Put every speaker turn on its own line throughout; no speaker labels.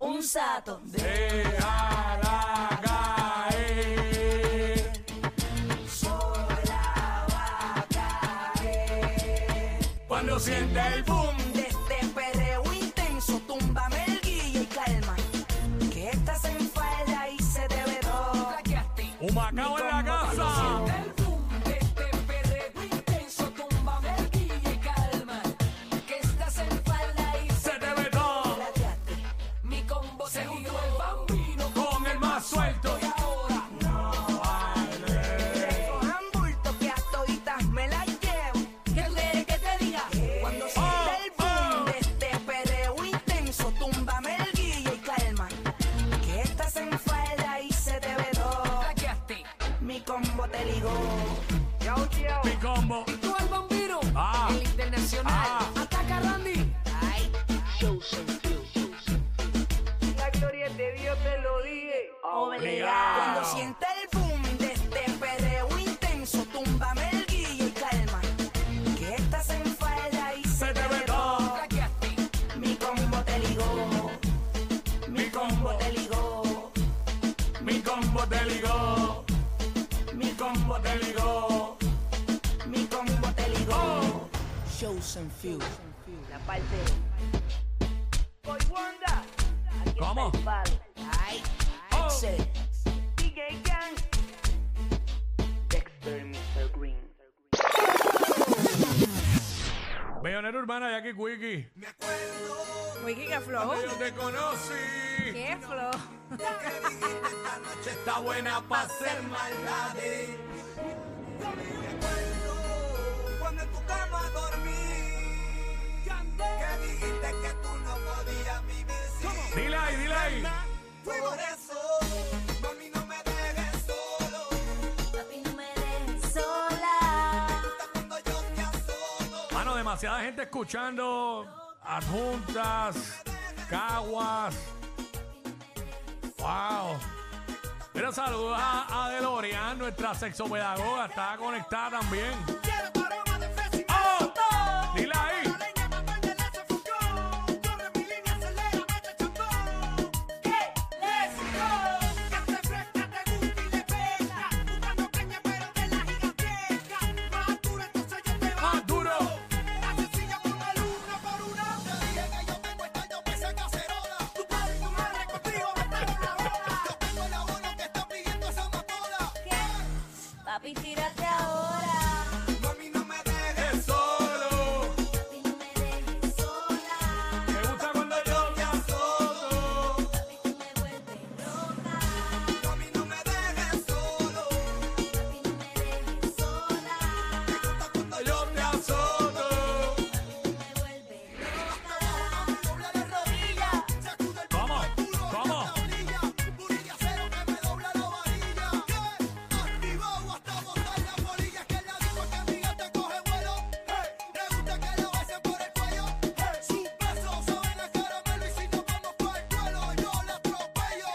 insensato.
Déjala caer. Cuando siente el boom,
Desde este perreo intenso, túmbame el guille y calma. Que estás en falda y se te ve todo.
humacao en la casa.
Del boom de este perreo intenso, túmbame el guille y calma. Que estás en falda y
Se te ve todo
Plateaste.
mi combo se giró el bambino.
con el más suelto.
Y ahora
Recojan bultos que a toditas me las llevo.
¿Qué tú quieres que te diga?
Cuando sienta el boom de este perreo intenso, túmbame el guille y calma. Que estás en falda y se te ve todo.
Plaqueaste.
Mi combo te ligó. Yo, yo.
Mi combo.
Tú al bambino.
Ah.
El internacional.
Ah.
Ataca Randy.
Ay, La gloria de Dios te lo dije.
Obligado.
Cuando sienta el boom de este perreo intenso, túmbame el guille y calma. Que estás en falda y se te ve todo.
Plaqueaste.
Mi combo te ligó.
Mi combo.
Te ligó.
Mi combo te ligó. Mi combo te ligó.
Mi combo te ligó. Oh. Shows and Few. La parte. Boy Wanda. Aquí
¿Cómo?
está el padre. Ay,
Oh.
Axel. DJ Gang. Dexter Mr. Green.
Bellonera Urbana, Jackie Quickie.
Wiki, qué flow.
Yo te conocí.
Qué flow.
Está buena para ser maldades.
cuando en tu cama dormí. Que dijiste que tú no podías vivir sin
Dile ahí, dile ahí.
Por eso, mami, no me dejes solo.
Papi, no me dejes sola.
Hasta cuando yo te asolo.
Mano, demasiada gente escuchando adjuntas, caguas. Wow. Pero saludos a, a Delorian, nuestra sexopedagoga, está conectada también.
Quiero aroma de fresa y
¡Oh!
melocotón.
Dile ahí.
La leña pa' prender ese fogón. Corre mi línea, acelera, mete chambón. Hey, let's go. Que te fresca, te gusta y le pega. Tú cuando peña, pero de la gigantesca. Más duro, entonces yo te
¡Más duro!
Asesina con el uno por uno. Te dije que yo tengo espalda que se cacerola. Tu padre y tu madre contigo me están en la bola. Yo tengo el abono que está pidiendo esa amapola.
Papi, tírate ahora.
Mami, no me dejes.
¡Es solo!
Papi, no me dejes sola.
Me gusta cuando yo me asolo.
Papi, tú me vuelves loca.
Mami, no me dejes solo.
Papi, no me dejes sola.
Me gusta cuando
Cuando
yo
yo me asolo.
Me vuelves
Mami, dobla de rodillas. Sacudo el
¿Cómo?
bombo del culo en
¿Cómo?
la tablilla. Burilla cero que me dobla la varilla. Yeah. Activado hasta botar las bolillas. Que la dijo que amiga te coge vuelo. Hey. Te gusta que la besen por el cuello. Hey. Sus besos saben a caramelo. Y si nos vamos por el suelo, yo la atropello.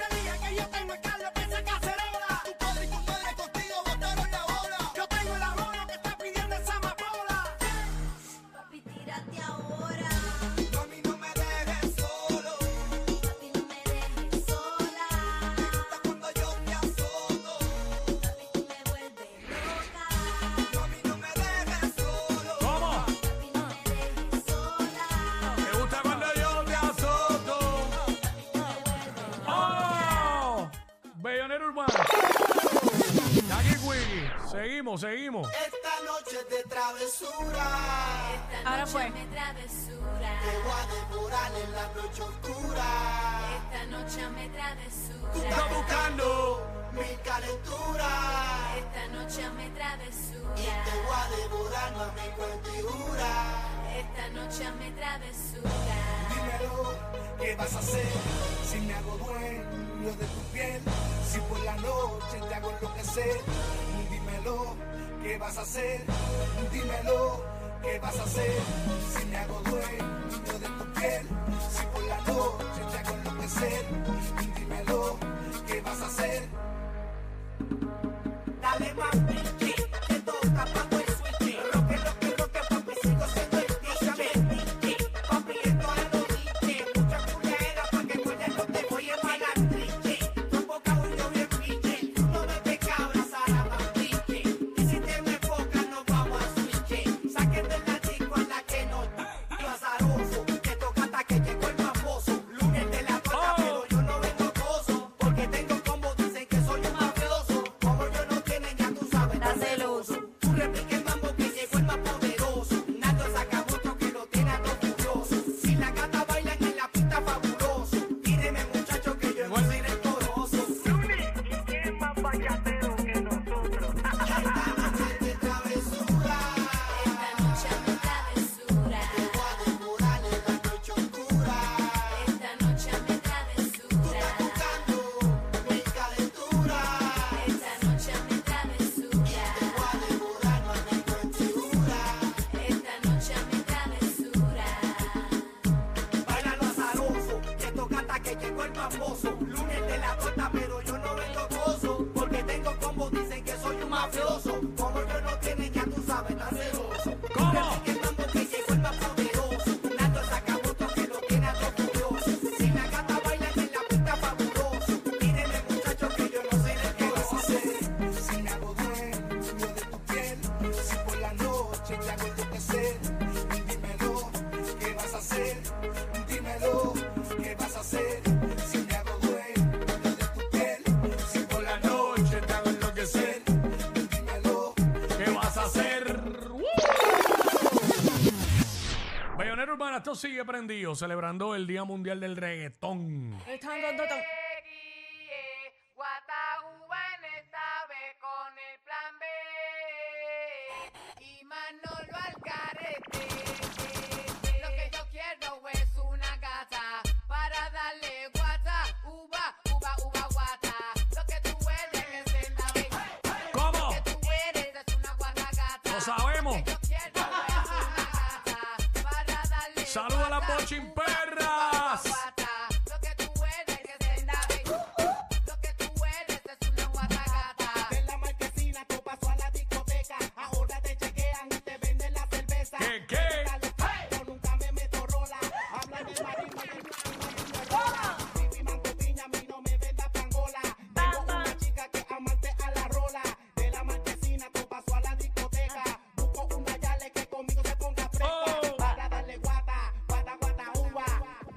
Te dije que yo tengo escala, piensa cacerola. Tu padre y tu madre contigo botaron la bola. Yo tengo el abono que está pidiendo esa amapola.
Papi, tírate ahora.
Mami, no me dejes solo.
Papi, no me dejes sola.
Me gusta cuando yo te asolo.
Papi, tú me vuelves loca.
Mami, no me dejes solo.
¿Cómo?
Papi, no me dejes sola.
Me gusta cuando yo te azoto. ¡Oh! Bellonera Urbana. Jackie Quickie. Seguimos, seguimos.
Esta noche de travesura.
Ahora fue.
me travesura,
Te voy a devorar en la noche oscura.
esta noche me
Tú
travesura,
estás buscando mi calentura.
esta noche me
Y
travesura,
te voy a devorar no mi cuentidura.
esta noche me travesura,
Dímelo, ¿qué vas a hacer si me hago dueño de tu piel? Si por la noche te hago enloquecer, dímelo, ¿qué vas a hacer? Dímelo, ¿qué vas a hacer si me hago dueño de tu piel? Si por la noche te hago enloquecer, dímelo, ¿qué vas a hacer? Dale mami, sí, te toca papi el switch. Roque, roque, roque, papi, sigo siendo el DJ. Papi, esto es lo DJ. Mucha culera pa' que muera
esto sigue prendido, celebrando el Día Mundial del Reggaetón.
Están con Toto.
eh, con el plan B y Manolo al carete. Lo que yo quiero es una gata para darle guata, uva, uva, uva, guata. Lo que tú eres es senda B.
¿Cómo?
Lo que tú eres es una guata gata.
Lo sabemos.
Lo que yo quiero es una gata para darle
Saluda a las
guata,
bochinperras.
uva, uva, guata. Lo que tú eres es senda B. Lo que tú eres es una guata gata.
En la marquesina tú pasó a la discoteca. Ahora te chequean y te venden la cerveza.
¿Qué, qué?
Yo nunca me meto rola. Habla del marismo del marismo de
Oh,
rola. Baby, manco piña, a mí no me vendas pangola. Tengo una chica que amante a la rola. De la marquesina tú pasó a la discoteca. Busco una yale que conmigo se ponga fresca.
Oh.
Para darle guata, guata, guata, uva.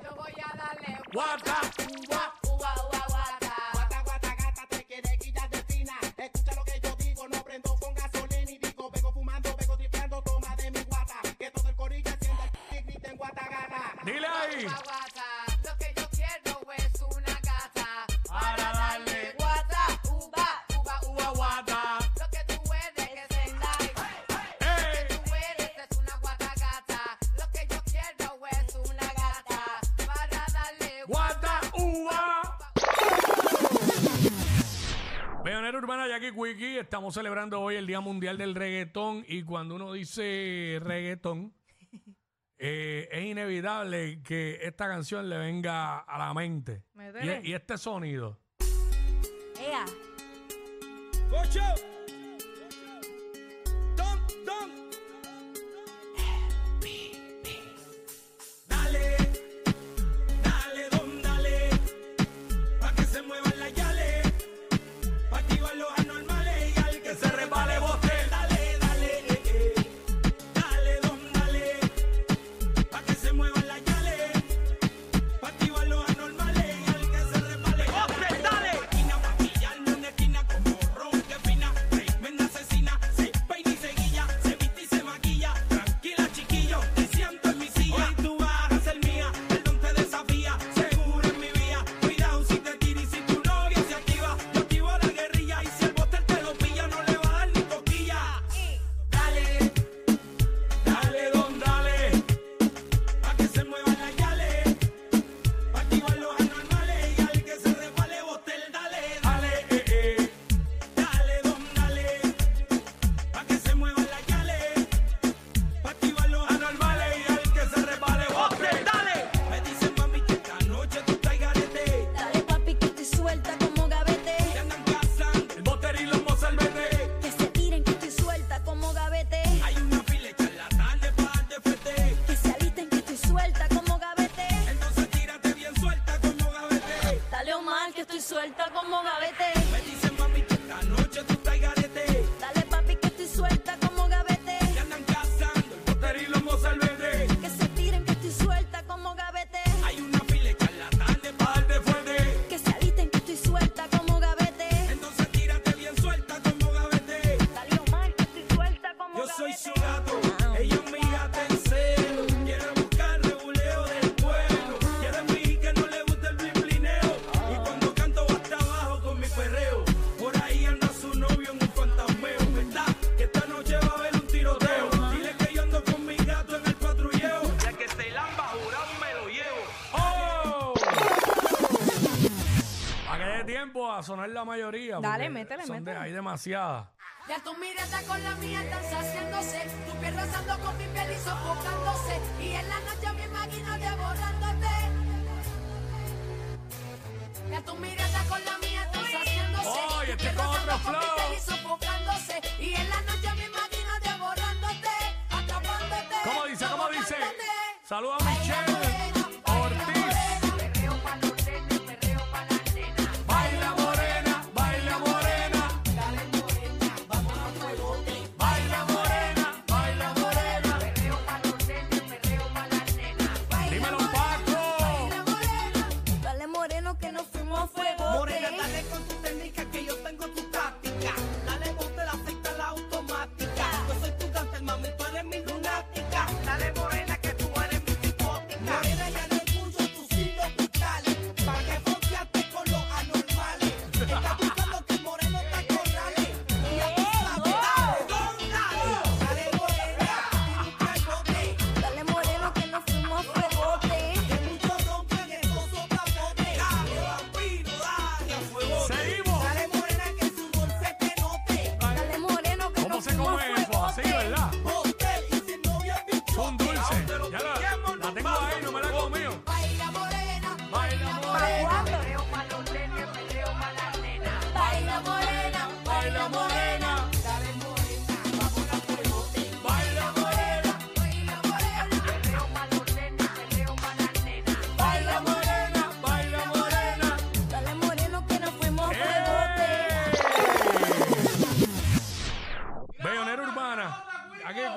Yo voy a darle
Guata.
uva, uva, uva, guata.
Guata, guata, gata, te quiere guillar de fina. Escucha lo que yo digo, no prendo con gasolina. Y digo, vengo fumando, vengo tripeando, toma de mi guata. Que todo el corillo encienda el y griten guata, gata.
Dile ahí.
Uva, guata. Lo que yo quiero es una gata.
Para darle
Guata, uva, uva, uva,
uva guata.
Lo que tú eres es sendai. Lo que
¡Ey!
tú eres es una guata gata. Lo que yo quiero es una gata. Para darle
Guata uva. Veonera Urbana, Jackie Quickie, estamos celebrando hoy el Día Mundial del Reggaetón y cuando uno dice reggaetón, eh, es inevitable que esta canción le venga a la mente.
Métele.
Y, y este sonido.
Ea.
Ocho. Tom, tom. Dale, dale, don, dale. Pa' que se muevan las yales. Pa' activar los anormales y al que se resbale bote. Dale, dale, eh, eh. Dale, don, dale. Pa' que se muevan las yales. Pa' activar los anormales y al que se resbale bote. Dale. Máquina, maquillarme en la esquina como ron que fina. Tremenda asesina. Se peina y se guilla. Se viste y se maquilla. Tranquila, chiquillo. Te siento en mi silla. Hoy tú vas a ser mía. El don te desafía. Seguro en mi vía. Cuidado si te tiras y si tu novia se activa. Yo activo la guerrilla y si el botel te lo pilla no le va a dar ni cosquilla. Dale. Dale, don, dale. Pa' que se muevan las yales. Pa' activar los anormales y al que se resbale botel, dale, dale, eh, eh. Dale, don, dale. Pa' que se muevan las yales. Pa' activar los anormales y al que se resbale botel, dale. Me dicen, mami, que esta noche tú estás garete.
Dale papi que estoy suelta como gavete.
Te andan cazando el boter y los mozalbetes.
Que se tiren que estoy suelta como gavete.
Hay una fila hecha en la tarde para darte frente.
Que se alisten que estoy suelta como gavete.
Entonces tírate bien suelta como gavete.
Dale Omar que estoy suelta como gavete.
Me dicen, mami, que esta noche tú estás garete.
Dale papi que estoy suelta como gavete.
Te andan cazando el boter y los mozalbetes.
Que se tiren que estoy suelta como gavete.
Hay una fila hecha en la tarde para darte fuerte.
Que se alisten que estoy suelta como gavete.
Entonces tírate bien suelta como gavete.
Dale Omar que estoy suelta como
Yo
gavete.
soy su gato, ella es mi gata en celo. Quiero buscar reguleo del pueblo. Quiero a mi que no le gusta el blimplineo. Y cuando canto hasta abajo con mi perreo. Por ahí anda su novio en un fantasmeo. ¿Verdad? Que esta noche va a haber un tiroteo. Dile que yo ando con mi gato en el patrulleo. La que se lamba jurado me lo llevo.
¡Oh! A que dé tiempo a sonar la mayoría.
Dale,
porque
métele,
son de-
métele.
Hay demasiadas.
Ya tu mirada con la mía están haciéndose. Tu piel rozando con mi piel y sofocándose. Y en la noche me imagino devorándote. Ya tu mirada con la mía están haciéndose.
Oye,
tu
este
piel
con
rozando
otro
con mi
flow.
piel y sofocándose. Y en la noche me imagino devorándote. Atrapándote.
¿Cómo dice? ¿Cómo dice?
provocándote.
Saluda a
Baila
Michelle
morena, baila
Ortiz.
morena. Perreo pa' los nenes, perreo pa' las nenas.
Baila morena, baila morena.
Dale morena, vamos a fuegote.
Baila morena, baila morena.
Perreo pa' los nenes, perreo pa' las nenas.
Dímelo, Paco.
Baila morena,
Dale moreno que nos fuimos a fuego.
Morena, dale con tu técnica que yo tengo tu táctica. Dale bote la aceite a la automática. Yo soy tu cáncer, mami, tú eres mi lunática. Dale morena que tú eres mi tipo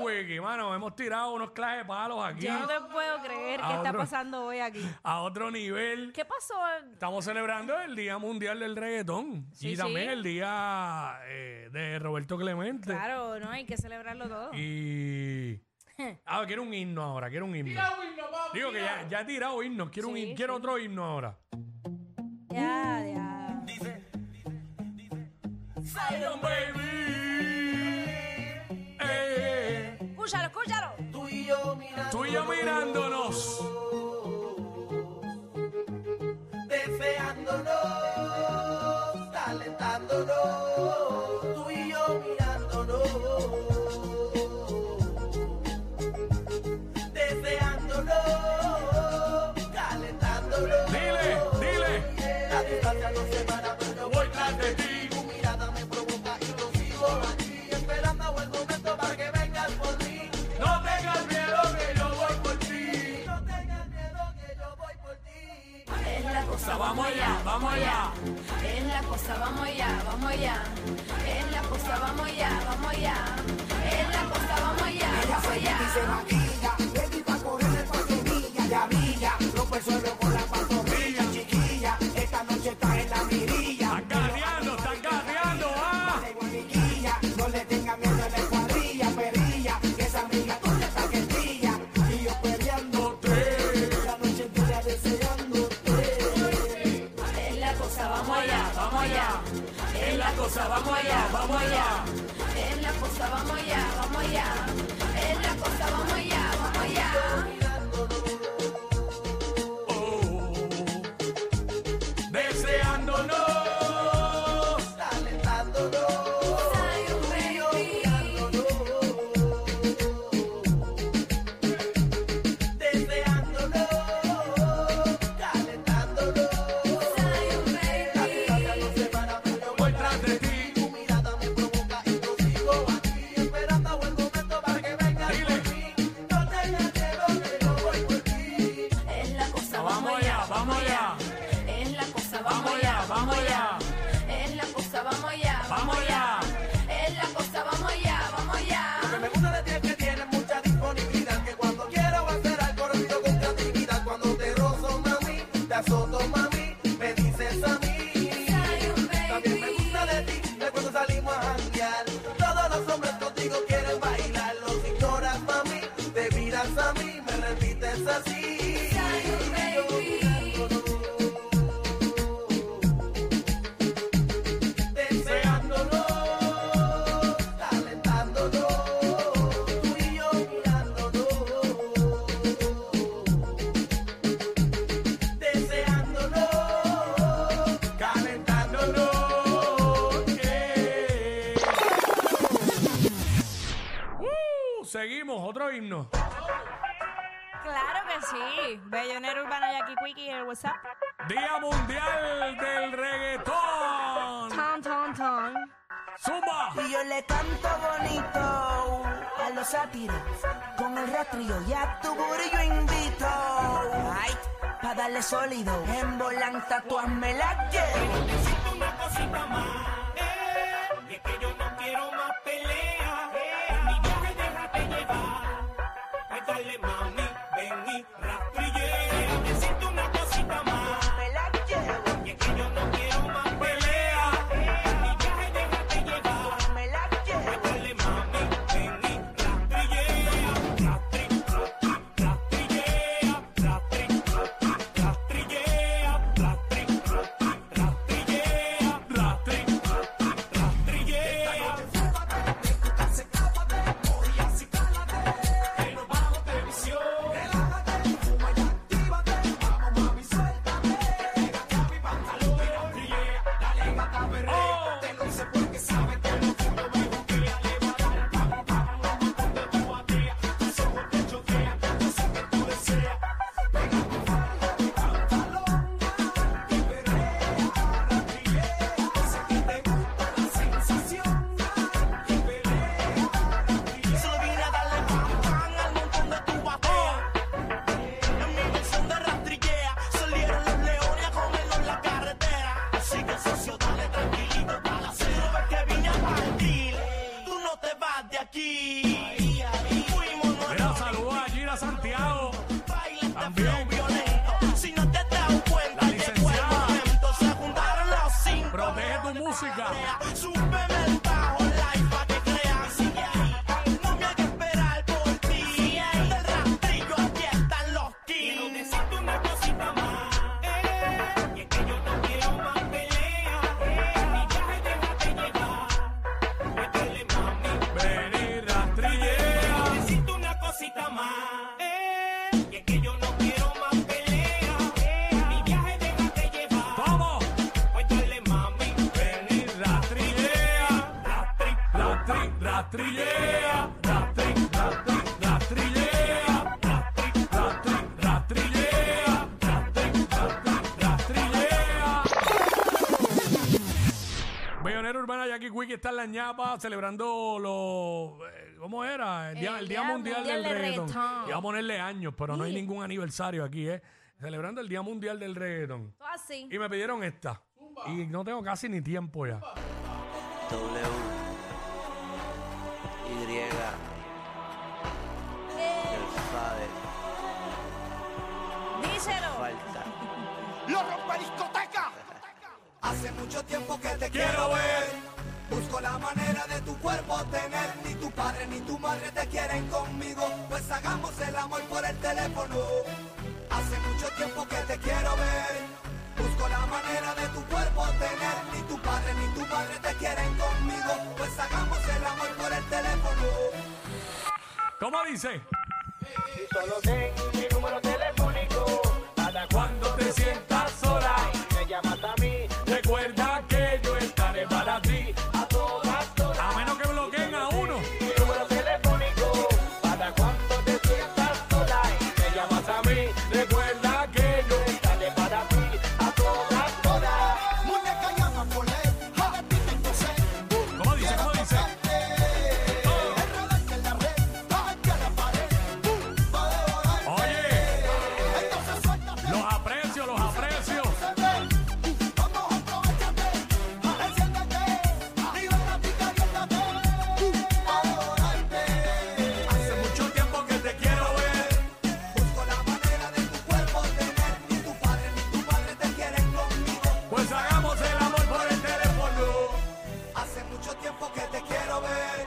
Wiki, mano, hemos tirado unos claves de palos aquí
Yo no te puedo creer qué está
Ahora-
pasando hoy aquí.
a otro nivel.
¿Qué pasó?
Estamos celebrando el Día Mundial del Reggaetón
Sí,
y también
sí.
el Día eh, de Roberto Clemente.
Claro, no, hay que celebrarlo todo.
Y. Ah, quiero un himno ahora, quiero un himno. Digo que ya, ya he tirado himnos, quiero, un,
Sí,
him- quiero
sí.
otro himno ahora.
Ya, ya.
Iron Baby. Eh, eh.
Escúchalo, escúchalo.
Tú y yo mirando
Tú y yo mirándonos.
deseándonos, calentándonos, tú y yo mirándonos, deseándonos, calentándonos.
Dile, dile.
La distancia no separa, pero voy tras de ti.
ti.
Tu mirada me provoca y yo sigo aquí, esperando el momento para que vengas por mí.
No tengas miedo que yo voy por ti.
No tengas miedo que yo voy por ti.
Es la cosa,
Vamos allá, vamos allá.
es la cosa, vamos allá, vamos allá. Es la cosa, vamos allá, vamos allá. Es la cosa, vamos allá, vamos allá.
Están gateando, están gateando, ah.
Es la cosa, vamos allá, vamos allá. Es la cosa, vamos allá, vamos allá. Es la cosa, vamos allá, vamos allá. Es la cosa, vamos allá, vamos allá.
Deseándonos.
Hay un baby. Hay un baby.
Voy tras de ti.
Tu mirada me provoca y yo sigo aquí, esperando el momento para que vengas por mí. No tengas miedo que yo voy por ti.
Es la cosa,
Vamos allá, vamos allá.
Es la cosa, vamos allá, vamos allá. Es la cosa, vamos allá,
Vamos allá.
Es la cosa, vamos allá, vamos allá.
Que me gusta de ti es que tienes mucha disponibilidad, que cuando quiero hacer algo lo pido con creatividad. Cuando te rozo, mami, te azoto, mami, me dices a mí. También me gusta de ti, de cuando salimos a janguear. Todos los hombres contigo quieren bailar, los ignoras, mami, te miras a mí, me repites así. Deseándonos, calentándonos, tú y yo mirándonos. Deseándonos,
Calentándonos. eh. Uh, Seguimos, otro himno.
Claro que sí. Bellonero Urbano Jackie Quickie en el WhatsApp.
Día Mundial del Reggaetón.
Ton, ton, ton.
Zumba.
Y yo le canto bonito a los sátiros. Con el rastrillo y a tu booty yo invito. Ay, pa' darle sólido. En volanta tú hazme la que. Me la llevo,
Pelea.
me la llevo.
solo vine a darle pan pan al montón de tu batea. En mi versión de rastrillea, salieron los leones a comernos en la carretera. Así que socio, dale tranquilito para la cena. Tú ves que vine a partir, tú no te vas de aquí. Eh, Eh,
rastrillea, rastri, rastri, rastrillea, rastri, rastri, rastrillea, rastri, rastri, rastrillea. Bellonera Urbana Jackie Quickie está en la ñapa celebrando los. eh, ¿Cómo era? El Día, el día mundial, del Reggaetón.
Reggaetón.
Iba a ponerle años, pero no hay ningún aniversario aquí, ¿eh? Celebrando el Día Mundial del Reggaetón.
Todo así.
Y me pidieron esta. Y no tengo casi ni tiempo ya.
W. Y. El padre
Díselo.
falta.
¡Lo rompe discoteca! Hace mucho tiempo que te quiero ver. Busco la manera de tu cuerpo tener. Ni tu padre ni tu madre te quieren conmigo. Pues hagamos el amor por el teléfono. Hace mucho tiempo que te quiero ver. Busco la manera de tu cuerpo tener. Ni tu padre ni tu madre te quieren conmigo. Pues hagamos el amor por el teléfono.
¿Cómo dice?
Solo ten mi número telefónico. Cada
Cuando te sientas sola,
me llamas a mí,
recuerda que yo estaré para ti.
a todas horas.
A menos que bloqueen a uno.
Mi número telefónico. Para cuando te sientas sola y me llamas a mí,
Recuerda que yo.
dale para ti a todas horas.
Muñeca llama por él, a ti te posee.
¿Cómo dice? ¿Cómo dice?
Enredarte en la red, bajarte a la pared, uh, pa' devorarte.
Oye,
Entonces suéltate,
los aprecio, los aprecio.
se ve, uh, vamos, aprovechate, enciéndete, libérate y caliéntate, uh, pa' devorarte. Hace mucho tiempo que te quiero ver, busco la manera de tu cuerpo tener, ni tu padre ni tu madre te quieren conmigo.
Pues hagamos el amor por el teléfono.
Hace mucho tiempo que te quiero ver.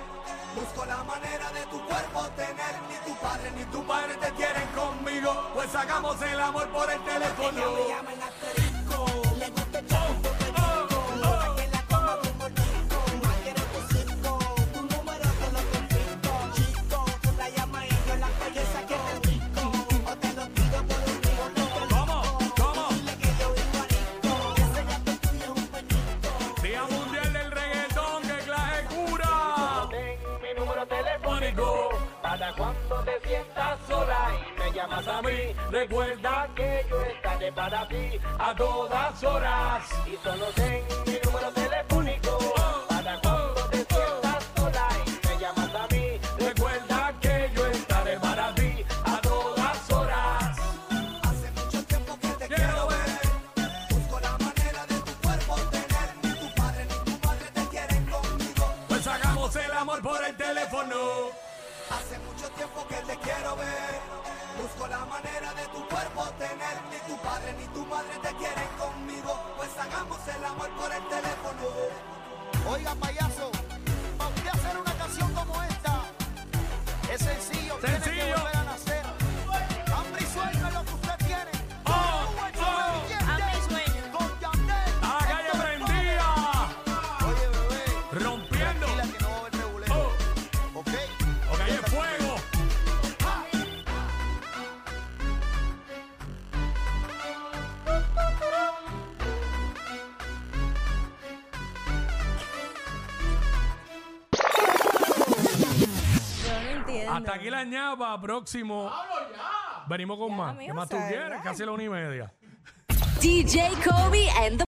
Busco la manera de tu cuerpo tener. Ni tu padre ni tu madre te quieren conmigo. Pues hagamos el amor por el teléfono.
¿Cómo? ¿Cómo? Día Mundial del Reggaetón, que clase cura.
Ten mi número telefónico. Para cuando te sientas sola y me llamas a mí,
Recuerda
que yo estaré para ti
a todas horas.
y solo ten mi número telefónico. Para cuando te sientas sola y me llamas a mí,
Recuerda que yo estaré para ti a todas horas.
Hace mucho tiempo que te quiero ver. Busco la manera de tu cuerpo tener. Ni tu padre ni tu madre te quieren conmigo.
Pues hagamos el amor por el teléfono.
Hace mucho tiempo que te quiero ver. Busco la manera de tu cuerpo tener. Ni tu padre ni tu madre te quieren conmigo. Pues hagamos el amor por el teléfono. Oiga, payaso, para usted hacer una canción como esta, es sencillo. tiene que
Sencillo.
volver a nacer. Hambre y sueño es lo que usted tiene.
Oh,
Con Hugo,
oh.
Chomel, Yende,
Hambre y sueño.
Con Yandel,
A calle
Héctor
prendida.
Costa. Oye, bebé,
Rompiendo.
tranquila que no va a haber regulero,
Oh,
¿ok?
o calle fuego.
Yo no entiendo.
Hasta aquí la ñapa, próximo. Venimos con más. ¿Qué
amigo,
más tú
se
quieres?
va.
Casi la una y media.
DJ Kobe and the